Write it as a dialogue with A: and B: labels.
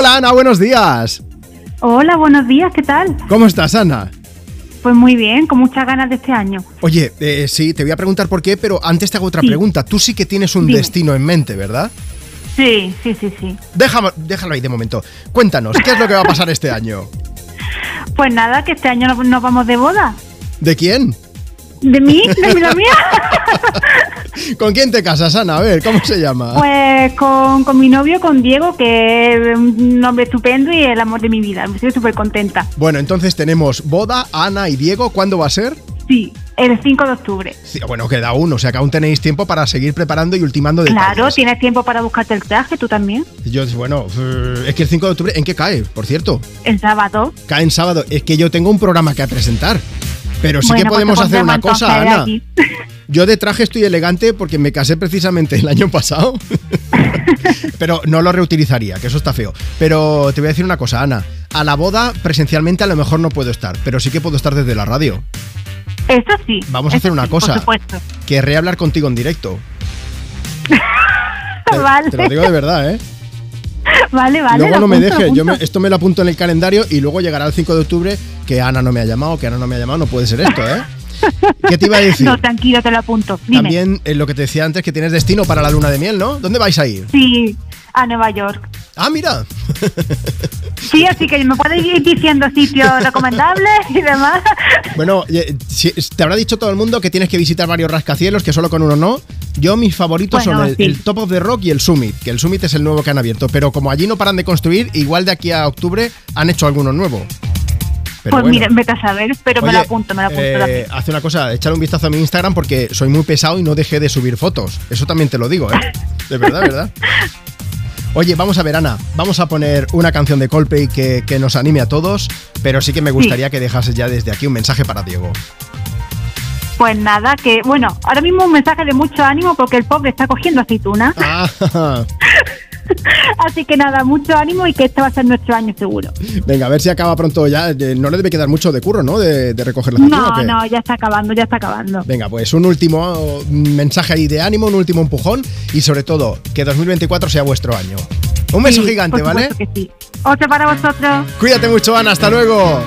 A: Hola Ana, buenos días.
B: Hola, buenos días, ¿qué tal?
A: ¿Cómo estás Ana?
B: Pues muy bien, con muchas ganas de este año.
A: Oye, eh, sí, te voy a preguntar por qué, pero antes te hago otra
B: Sí.
A: pregunta. Tú sí que tienes un
B: Dime.
A: destino en mente, ¿verdad?
B: Sí, sí, sí, sí.
A: Déjame, déjalo ahí de momento. Cuéntanos, ¿qué es lo que va a pasar este año?
B: Pues nada, que este año no- nos vamos de boda.
A: ¿De quién?
B: ¿De mí? ¿De mí, la mía?
A: Ah. ¿Con quién te casas, Ana? A ver, ¿cómo se llama?
B: Pues con, con mi novio, con Diego, que es un hombre estupendo y el amor de mi vida. Estoy súper contenta.
A: Bueno, entonces tenemos boda, Ana y Diego. ¿Cuándo va a ser?
B: Sí, el 5 de octubre.
A: Sí, Bueno, queda uno, o sea que aún tenéis tiempo para seguir preparando y ultimando
B: Claro,
A: detalles.
B: tienes tiempo para buscarte el traje, tú también.
A: Yo, bueno, eh, es que el 5 de octubre, ¿en qué cae? Por cierto,
B: El sábado.
A: cae en sábado. Es que yo tengo un programa que presentar. Pero sí
B: Bueno,
A: que
B: pues
A: podemos
B: te
A: hacer una
B: pondremos
A: cosa,
B: entonces
A: Ana.
B: aquí.
A: Yo de traje estoy elegante porque me casé precisamente el año pasado. Pero no lo reutilizaría, que eso está feo. Pero te voy a decir una cosa, Ana. A la boda presencialmente a lo mejor no puedo estar, pero sí que puedo estar desde la radio.
B: Eso sí.
A: Vamos a
B: eso
A: hacer una
B: sí, por
A: cosa.
B: supuesto.
A: Querré hablar contigo en directo. Te,
B: Ah, Vale.
A: te lo digo de verdad, ¿eh?
B: Vale, vale.
A: luego
B: lo
A: no me
B: apunto, lo
A: dejes. Yo me-
B: apunto.
A: esto me lo apunto en el calendario y luego llegará el 5 de octubre que Ana no me ha llamado, que Ana no me ha llamado. No puede ser esto, ¿eh? ¿Qué te iba a decir?
B: No, tranquilo, te lo apunto. Dime.
A: También eh, lo que te decía antes, que tienes destino para la luna de miel, ¿no? ¿Dónde vais a ir?
B: Sí, a Nueva York.
A: Ah, mira.
B: Sí, así que me puedes ir diciendo sitios recomendables y demás.
A: Bueno, eh, si- te habrá dicho todo el mundo que tienes que visitar varios rascacielos, que solo con uno no. Yo mis favoritos
B: Bueno,
A: son el,
B: sí.
A: el Top of the Rock y el Summit, que el Summit es el nuevo que han abierto. Pero como allí no paran de construir, igual de aquí a octubre han hecho alguno nuevo. Pero
B: pues
A: bueno.
B: mira, vete a saber, pero me lo
A: Oye,
B: apunto, me lo apunto
A: eh,
B: también.
A: Hace una cosa, échale un vistazo a mi Instagram porque soy muy pesado y no dejé de subir fotos. Eso también te lo digo, ¿eh? De verdad, ¿verdad? Oye, vamos a ver, Ana, vamos a poner una canción de Coldplay que, que nos anime a todos, pero sí que me gustaría que dejases ya desde aquí un mensaje para Diego.
B: Pues nada, que bueno, ahora mismo un mensaje de mucho ánimo porque el pobre está cogiendo aceituna.
A: Ah,
B: Así que nada, mucho ánimo y que este va a ser nuestro año seguro.
A: venga, a ver si acaba pronto ya. Eh, No le debe quedar mucho de curro, ¿no? De, de recoger la aceituna, ¿o
B: No,
A: qué?
B: no, ya está acabando, ya está acabando.
A: Venga, pues un último mm, mensaje ahí de ánimo, un último empujón y sobre todo que 2024 sea vuestro año. Un beso
B: Sí,
A: gigante,
B: por
A: ¿vale?
B: supuesto que sí. Otro para vosotros.
A: Cuídate mucho, Ana. Hasta luego.